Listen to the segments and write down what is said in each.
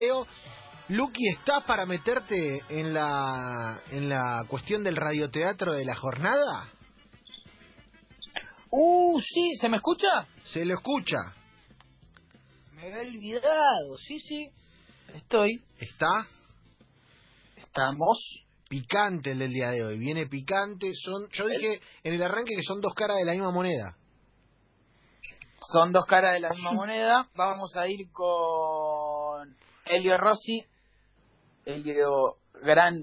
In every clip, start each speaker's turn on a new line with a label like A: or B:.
A: Leo, Lucky, ¿estás para meterte en la, en la cuestión del radioteatro de la jornada?
B: Uh, sí, ¿se me escucha?
A: Se lo escucha.
B: Me había olvidado, sí, sí. Estoy.
A: ¿Está?
B: Estamos.
A: Picante el del día de hoy. Viene picante. Son, yo dije en el arranque que son dos caras de la misma moneda.
B: Son dos caras de la misma moneda. Vamos a ir con Elio Rossi. Elio, gran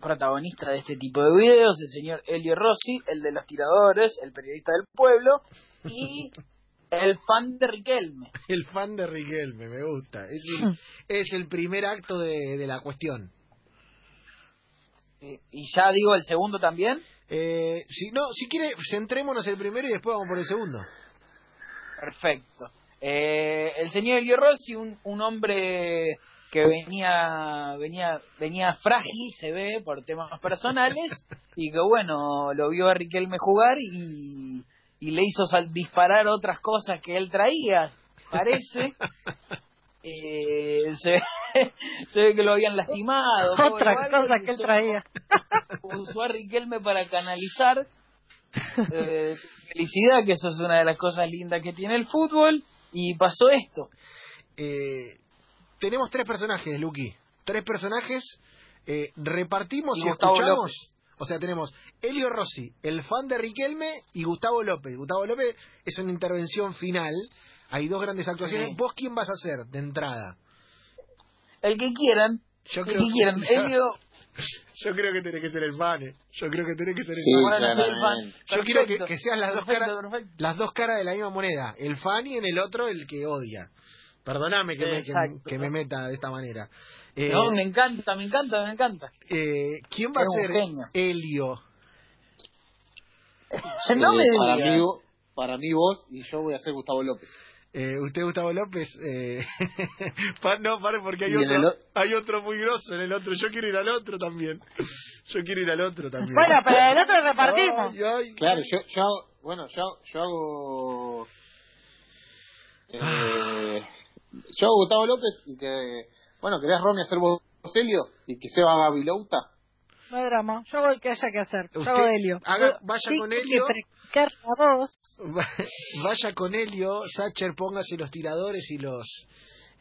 B: protagonista de este tipo de videos, el señor Elio Rossi, el de los tiradores, el periodista del pueblo y el fan de Riquelme.
A: El fan de Riquelme, me gusta. Es
C: Hmm.
A: el, es el primer acto de, de la cuestión.
B: Eh, Y ya digo el segundo también.
A: Eh, si no, si quiere, centrémonos el primero y después vamos por el segundo.
B: Perfecto. Eh, el señor Elio Rossi, un, un hombre que venía, venía, venía frágil, se ve, por temas personales, y que bueno, lo vio a Riquelme jugar y, y le hizo sal- disparar otras cosas que él traía, parece. Eh, se, ve, se ve que lo habían lastimado. pobre
C: Otra
B: Valver,
C: cosa que él
B: usó-
C: traía.
B: usó a Riquelme para canalizar eh, felicidad, que eso es una de las cosas lindas que tiene el fútbol, y pasó esto.
A: Eh, tenemos tres personajes, Lucky. Tres personajes. eh, repartimos
B: Y
A: y,
B: Gustavo
A: escuchamos.
B: López.
A: O sea, tenemos Elio Rossi, el fan de Riquelme, y Gustavo López. Gustavo López es una intervención final. Hay dos grandes actuaciones.
B: Sí.
A: ¿Vos quién vas a hacer de entrada?
B: El que quieran,
A: Yo
B: el que quieran. Elio,
A: yo creo que tenés que ser el fan. eh. Yo creo que tenés que ser el
D: Sí,
A: fan.
B: van a ser el fan.
D: claramente.
A: Yo quiero que,
B: Perfecto,
A: que seas las dos,
B: perfecto,
A: caras,
B: perfecto.
A: las dos caras de la misma moneda. El fan y en el otro el que odia. Perdóname que, me, que,
B: Exacto.
A: que me meta de esta manera. Eh,
B: No, me encanta, me encanta, me encanta.
A: Eh, ¿Quién va
B: Es un
A: a ser
B: genio.
A: Helio?
B: No
D: Eh,
B: me
D: para
B: digas.
D: mí, vo- para mí vos y yo voy a ser Gustavo López.
A: Eh, usted, Gustavo López, eh, pa- no, pare, porque hay
D: Y en
A: otro,
D: el o-
A: hay otro muy grosso en el otro. Yo quiero ir al otro también. Yo quiero ir al otro también.
C: Bueno, pero el otro repartimos.
A: Ay, ay.
D: Claro, yo, yo hago, bueno, yo, yo hago, eh, yo hago Gustavo López y que, bueno, querés Romy hacer vos Celio y que se va a Babilouta.
C: No hay drama. Yo voy que haya que hacer. Yo
A: Usted
C: hago Helio.
A: haga-
C: Yo-
A: vaya
C: sí,
A: con
C: hay que
A: Helio.
C: practicar la voz.
A: Va- Vaya con Helio, Sacher, póngase los tiradores y los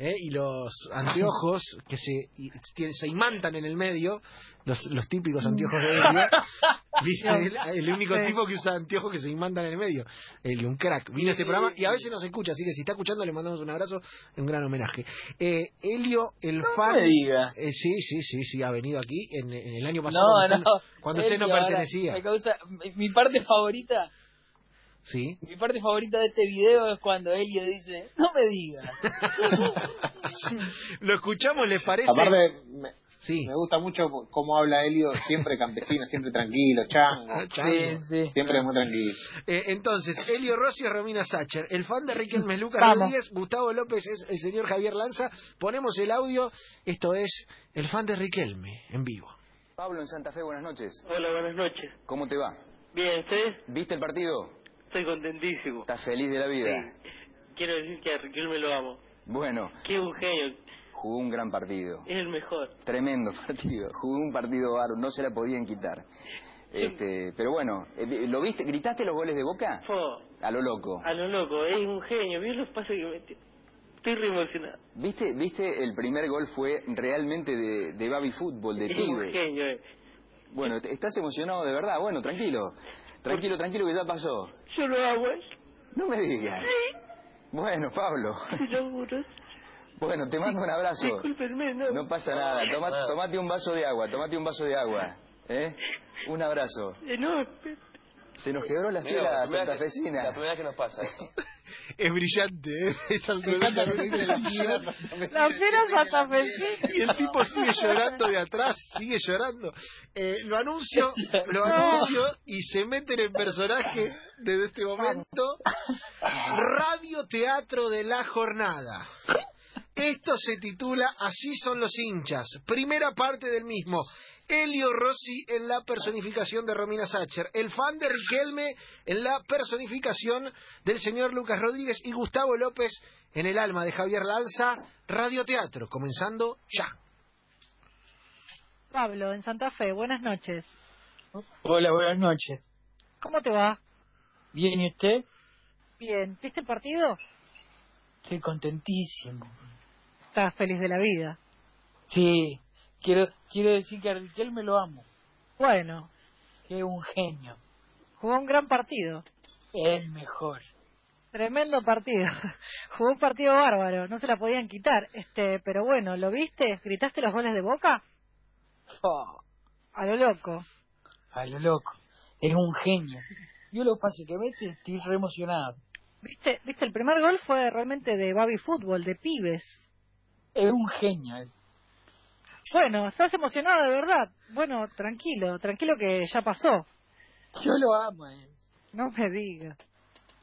A: eh, y los anteojos que se, y- que se imantan en el medio, los, los típicos anteojos de Helio. Viste, El, el único
C: Sí.
A: tipo que usa anteojos que se imantan en el medio. Helio, un crack. Vino a este programa y a veces nos escucha, así que si está escuchando le mandamos un abrazo, un gran homenaje. Eh, Helio, el
B: No
A: fan...
B: me digas.
A: eh, sí, sí, sí, sí, ha venido aquí en, en el año pasado
B: No,
A: cuando,
B: no.
A: usted- cuando usted no
B: Elio, ahora,
A: pertenecía.
B: me causa, mi- mi parte favorita
A: Sí.
B: Mi parte favorita de este video es cuando Elio dice, no me digas.
A: Lo escuchamos, ¿les parece?
D: Aparte, me,
A: sí.
D: me gusta mucho cómo habla Helio, siempre campesino, siempre tranquilo, chango,
A: Ah, chango.
B: sí.
D: siempre muy tranquilo.
A: Eh, entonces, Elio Rossi es Romina Sacher. El fan de Riquelme es Lucas
C: Vamos.
A: Rodríguez. Gustavo López es el señor Javier Lanza. Ponemos el audio. Esto es el fan de Riquelme en vivo.
E: Pablo en Santa Fe, buenas noches.
F: Hola, buenas noches.
E: ¿Cómo te va?
F: Bien, ¿usted?
E: ¿Viste el partido?
F: Estoy contentísimo.
E: ¿Estás feliz de la vida?
F: Sí. Quiero decir que a Riquelme lo amo.
E: Bueno,
F: Qué un genio.
E: jugó un gran partido.
F: Es el mejor.
E: Tremendo partido. Jugó un partido bárbaro, no se la podían quitar. Este, pero bueno, eh, vi- ¿lo viste? ¿Gritaste los goles de Boca?
F: Fo,
E: A lo loco.
F: a lo loco, es un genio. ¿Vio los pases que metió? Estoy re emocionado.
E: ¿Viste? ¿Viste? El primer gol fue realmente de, de Babi Fútbol, de
F: Es un
E: Pibe.
F: genio. eh.
E: Bueno, te- ¿estás emocionado de verdad? Bueno, tranquilo. Tranquilo, tranquilo, que ya pasó.
F: Yo lo amo, eh.
E: No me digas. Bueno, Pablo.
F: Te lo juro.
E: Bueno, te mando un abrazo.
F: Discúlpenme, no.
E: No pasa nada, Toma- tomate un vaso de agua, tomate un vaso de agua. ¿eh? Un abrazo.
F: Eh, no, esp-
E: Se nos quebró la fila santafesina.
A: Es brillante, ¿eh? es absolutamente brillante.
C: La fiera Santa Fe.
A: Y el tipo sigue llorando de atrás, sigue llorando. Eh, lo anuncio, lo anuncio y se meten en personaje desde este momento. Radio Teatro de la Jornada. Esto se titula Así son los hinchas. Primera parte del mismo. Elio Rossi en la personificación de Romina Sacher. El fan de Riquelme en la personificación del señor Lucas Rodríguez y Gustavo López en el alma de Javier Lanza. Radioteatro, comenzando ya.
C: Pablo, en Santa Fe, buenas noches.
B: Hola, buenas noches.
C: ¿Cómo te va?
B: ¿Bien y usted?
C: Bien. ¿Viste el partido?
B: Estoy contentísimo.
C: Estás feliz de la vida.
B: Sí, quiero, quiero decir que a Riquelme lo amo,
C: Bueno,
B: que es un genio,
C: jugó un gran partido.
B: es el mejor.
C: Tremendo partido. Jugó un partido bárbaro, no se la podían quitar. Este, pero bueno, ¿lo viste? ¿Gritaste los goles de Boca?
B: Oh,
C: A lo loco.
B: a lo loco, es un genio. Yo lo pase que mete, estoy re emocionado.
C: ¿Viste? ¿Viste? El primer gol fue realmente de Babi Fútbol, de pibes.
B: Es un genio. eh. él.
C: Bueno, estás emocionado de verdad. Bueno, tranquilo, tranquilo que ya pasó.
B: Yo lo amo a él.
C: No me digas.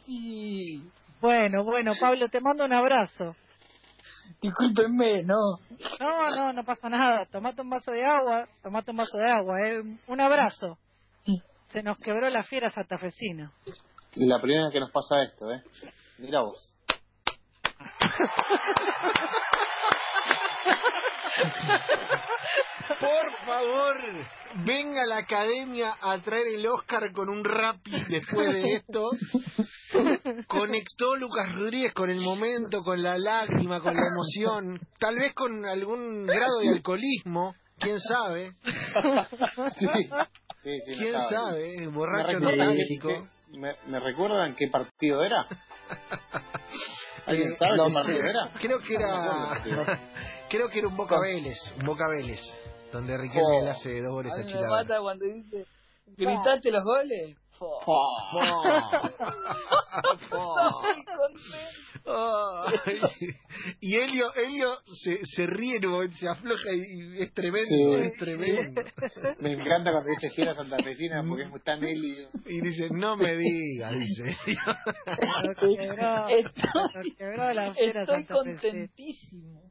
B: Sí,
C: Bueno, bueno, Pablo, te mando un abrazo.
B: discúlpenme, ¿no?
C: No, no, no pasa nada. Tomate un vaso de agua, tomate un vaso de agua. eh. Un abrazo. Se nos quebró la fiera santafesina.
D: La primera vez que nos pasa esto, ¿eh? Mira vos.
A: Por favor, venga a la academia a traer el Oscar con un rap después de esto. Conectó Lucas Rodríguez con el momento, con la lágrima, con la emoción, tal vez con algún grado de alcoholismo, quién sabe,
D: Sí, sí, sí, no
A: quién
D: sabe.
A: sabe,
D: ¿Me
A: borracho
D: recuerdan,
A: nostálgico.
D: que- me- me recuerdan qué partido era? ¿Alguien
A: Eh,
D: sabe
A: no
D: qué
A: sé.
D: partido era?
A: Creo que era creo que era un Boca Vélez, un Boca Vélez, donde Riquelme
D: Oh.
A: le hace dos goles
B: A
A: a
B: mí me
A: Chilavert.
B: mata cuando dice, ¿gritaste los goles? Po.
D: Oh,
B: Estoy contento.
A: Ay. y Helio, Helio se, se ríe en un momento, se afloja y es tremendo,
D: Sí.
A: es tremendo.
D: Me encanta cuando dice fiera santafesina porque es tan helio.
A: Y dice, no me digas, dice.
C: Lo quebró,
B: Estoy-
C: lo quebró la fiera
B: Estoy
C: santafesina.
B: contentísimo.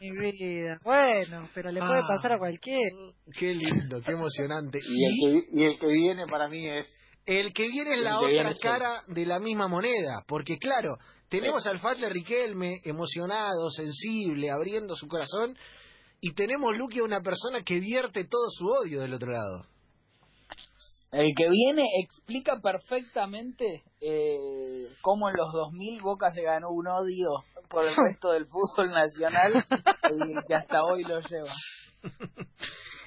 C: Mi vida. Bueno, pero le puede
A: Ah.
C: pasar a cualquiera.
A: Qué lindo, qué emocionante.
D: Y el, que, y el que viene para mí es...
A: El que viene es
D: El
A: la
D: que
A: otra
D: viene, sí.
A: cara de la misma moneda, porque claro, tenemos al fan de Riquelme emocionado, sensible, abriendo su corazón, y tenemos Luque una persona que vierte todo su odio del otro lado.
B: El que viene explica perfectamente eh, cómo en los 2000 Boca se ganó un odio por el resto del fútbol nacional y que hasta hoy lo lleva.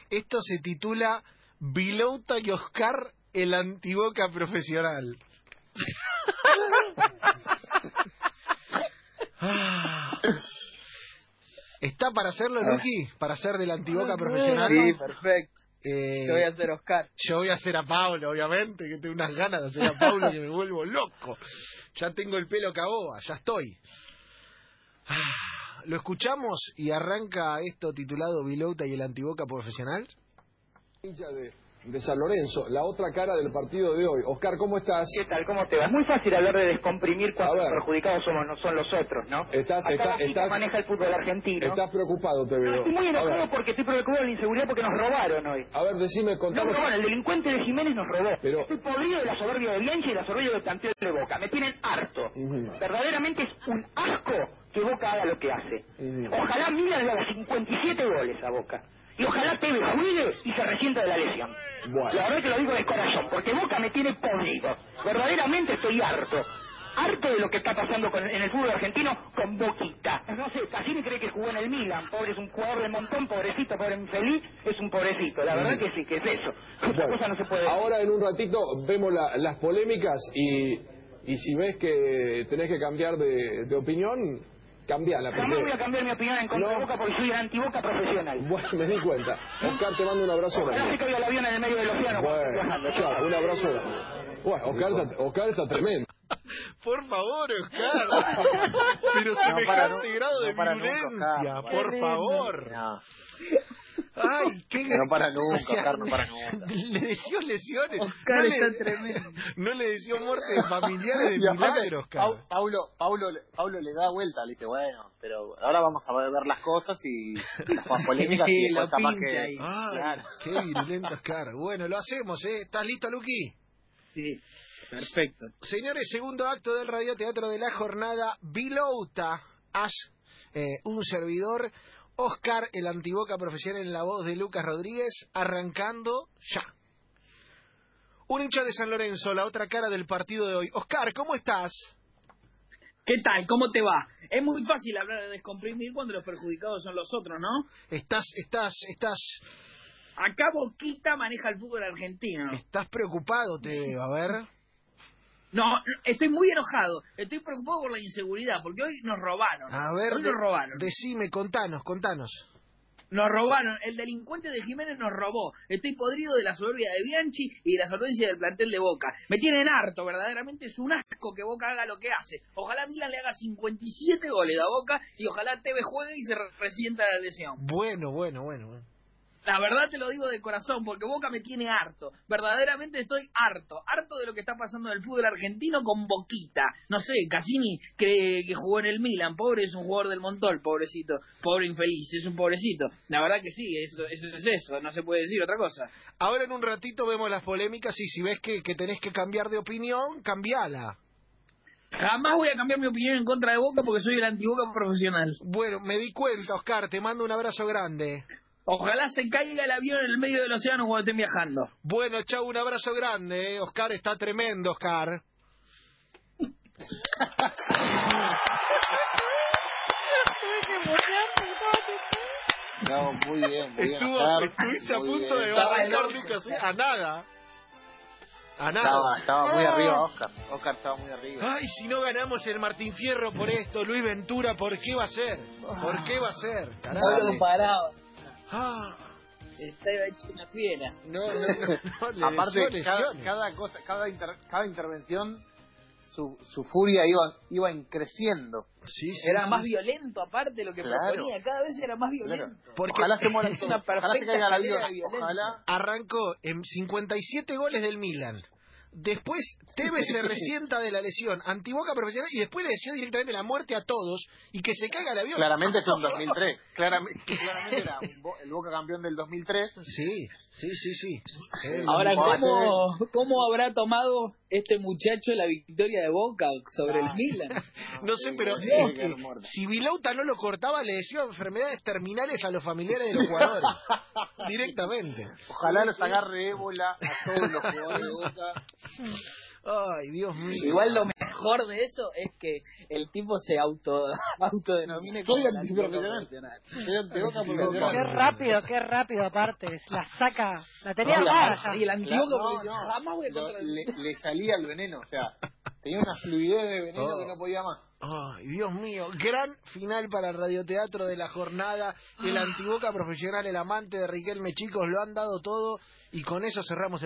A: Esto se titula Vilouta y Oscar, el antiboca profesional. Ah. ¿Está para hacerlo, Luqui? ¿Para ser del antiboca profesional?
B: Ah. Sí, perfecto.
A: Eh,
B: Te voy a hacer Oscar.
A: Yo voy a hacer a Pablo, obviamente, que tengo unas ganas de hacer a Pablo que me vuelvo loco. Ya tengo el pelo caoba, ya estoy. Ah, ¿Lo escuchamos y arranca esto titulado Vilouta y el antiboca profesional?
G: hincha de, de San Lorenzo, la otra cara del partido de hoy. Oscar, ¿cómo estás?
H: ¿Qué tal? ¿Cómo te va? Es muy fácil hablar de descomprimir cuando
G: A ver.
H: los perjudicados somos, no son los otros, ¿no?
G: Estás-
H: Acá
G: estás-
H: Boquita
G: estás-
H: maneja el fútbol argentino.
G: Estás preocupado, te
H: No,
G: veo.
H: estoy muy
G: A ver,
H: enojado porque estoy preocupado de la inseguridad porque nos robaron hoy.
G: a ver, decime,
H: No,
G: contanos.
H: robaron, el delincuente de Jiménez nos robó.
G: Pero-
H: Estoy podrido de la soberbia de Bianchi y la soberbia del planteo de Boca. Me tienen harto.
G: Ujú.
H: Verdaderamente es un asco que Boca haga lo que hace.
G: Ujú.
H: Ojalá Miller le haga 57 goles a Boca. Y ojalá Tevez juegue y se resienta de la lesión.
G: Bueno.
H: La verdad que lo digo de corazón, porque Boca me tiene podrido. Verdaderamente estoy harto. Harto de lo que está pasando con- en el fútbol argentino con Boquita. No sé, Cassini cree que jugó en el Milan. Pobre, es un jugador de montón, pobrecito, pobre infeliz. Es un pobrecito. La verdad que sí, que es eso. Otra
G: Bueno,
H: cosa no se puede decir.
G: ahora en un ratito vemos la- las polémicas y, y si ves que tenés que cambiar de, de opinión, cambiala.
H: Jamás voy a
G: Porque...
H: cambiar mi opinión en contra
G: No.
H: de Boca porque soy anti-Boca profesional.
G: Bueno, me di cuenta. Oscar, te mando un abrazo
H: Ojalá se
G: grande.
H: caiga el avión en el medio del océano. cuando estoy
G: Bueno,
H: viajando.
G: chao, un abrazo grande. Bueno, Oscar está, Oscar está tremendo.
A: Por favor, Oscar. Pero
D: para
A: semejante
D: nu-
A: grado
D: no
A: de
D: para nunca,
A: violencia,
D: Oscar.
A: por favor.
D: No.
A: Ay, qué
D: Que no para nunca,
A: o sea,
D: Oscar, no para nunca.
A: Le deseó lesiones.
I: Oscar
A: no
I: está
A: le,
I: tremendo.
A: No le deseó muertes familiares de
D: Y aparte,
A: milagro, Oscar.
D: Pau- Paulo, Paulo, le- Paulo le da vuelta, le dice, bueno, pero ahora vamos a ver las cosas y las polémicas y
I: Lo
D: después capaz
I: pincha
D: que...
I: ahí.
A: Ay,
D: Claro.
A: qué virulento, Oscar. Bueno, lo hacemos, ¿eh? ¿Estás listo, Luqui?
B: Sí, perfecto.
A: Señores, segundo acto del radioteatro de la jornada, Bilouta, Ash, eh, un servidor, Oscar, el antiboca profesional en la voz de Lucas Rodríguez, arrancando ya. Un hincha de San Lorenzo, la otra cara del partido de hoy. Oscar, ¿cómo estás?
B: ¿Qué tal? ¿Cómo te va? Es muy fácil hablar de descomprimir cuando los perjudicados son los otros, ¿no?
A: Estás, estás, estás,
B: Acá Boquita maneja el fútbol argentino.
A: estás preocupado, te veo. A ver.
B: No, estoy muy enojado. Estoy preocupado por la inseguridad, porque hoy nos robaron.
A: A ver,
B: hoy
A: de-
B: nos robaron.
A: decime, contanos, contanos.
B: Nos robaron. El delincuente de Jiménez nos robó. Estoy podrido de la soberbia de Bianchi y de la solvencia del plantel de Boca. Me tienen harto, verdaderamente. Es un asco que Boca haga lo que hace. Ojalá Milan le haga 57 goles a Boca y ojalá Tevez juegue y se re- resienta la lesión.
A: Bueno, bueno, bueno. bueno.
B: La verdad te lo digo de corazón, porque Boca me tiene harto. Verdaderamente estoy harto. Harto de lo que está pasando en el fútbol argentino con Boquita. No sé, Cassini cree que jugó en el Milan. Pobre es un jugador del montón, pobrecito. Pobre infeliz, es un pobrecito. La verdad que sí, eso, eso es eso. No se puede decir otra cosa.
A: Ahora en un ratito vemos las polémicas y si ves que, que tenés que cambiar de opinión, cambiala.
B: Jamás voy a cambiar mi opinión en contra de Boca porque soy el antiboca profesional.
A: Bueno, me di cuenta, Oscar, te mando un abrazo grande.
B: Ojalá se caiga el avión en el medio del océano cuando estén viajando.
A: Bueno, chau, un abrazo grande. eh. Oscar está tremendo, Oscar.
C: Tuve que mutear porque estaba tipo-
D: No, muy bien, muy bien.
A: Estuvo,
D: Oscar,
A: estuviste a
D: muy
A: punto
D: bien.
A: de
B: Estaba
A: bajar,
B: loco.
A: Lucas, eh, a nada. A
D: Estaba,
A: nada.
D: estaba muy arriba Oscar. Oscar estaba muy arriba.
A: Ay, si no ganamos el Martín Fierro por esto, Luis Ventura, ¿por qué va a ser? ¿Por qué va a ser? Carajo.
B: paraba.
A: Ah,
B: Estaba hecho una fiera.
A: no, no, no, no, le deseo
D: Aparte, cada,
A: lesiones.
D: cada cosa, cada, inter- cada intervención, su, su furia iba, iba en creciendo.
A: Sí, sí,
B: Era
A: sí,
B: más
A: sí.
B: violento, aparte, lo que
D: Claro.
B: proponía. Cada vez era más violento.
A: Porque-
D: ojalá se muera
B: Es
D: todo.
B: una
D: ojalá se
B: perfecta
D: caiga el avión.
B: escalera de violencia.
D: Ojalá.
A: arrancó en 57 goles del Milan. Después Tevez se resienta de la lesión, antiboca profesional y después le deseó directamente la muerte a todos y que se caga el avión.
D: Claramente es un 2003. Claramente, claramente era un bo- el Boca campeón del 2003.
A: Sí, sí, sí, sí. Eh,
B: Ahora,
D: Empate.
B: ¿cómo, ¿cómo habrá tomado este muchacho la victoria de Boca sobre el Milan?
A: no sé, pero
D: Sí, tiene
A: eh,
D: que haber muerto.
A: si Vilauta no lo cortaba, le decía enfermedades terminales a los familiares de los jugadores. directamente.
D: Ojalá les agarre ébola a todos los jugadores de Boca.
A: Ay, Dios mío.
B: Igual lo mejor de eso es que el tipo se auto autodenomine como
D: Soy
B: el
D: antiprofesional.
B: antiprofesional.
D: Eran de Boca
A: Boca.
D: porque
C: Qué
A: Claro.
C: rápido, qué rápido aparte. La saca. La tenía
D: No, la-
C: armada
B: Y
C: ya.
B: el antiguo
D: No, no,
B: jamás voy a
D: lo-
B: contradecir.
D: le, le salía el veneno, o sea, tenía una fluidez de veneno
A: Oh.
D: que no podía más.
A: Ay, Dios mío, gran final para el radioteatro de la jornada. El antiboca profesional, el amante de Riquelme, chicos, lo han dado todo y con eso cerramos el